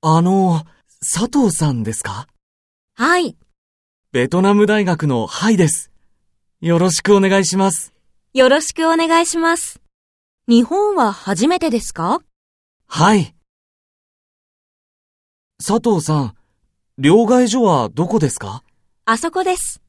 あの、佐藤さんですかはい。ベトナム大学のハイです。よろしくお願いします。よろしくお願いします。日本は初めてですかはい。佐藤さん、両替所はどこですかあそこです。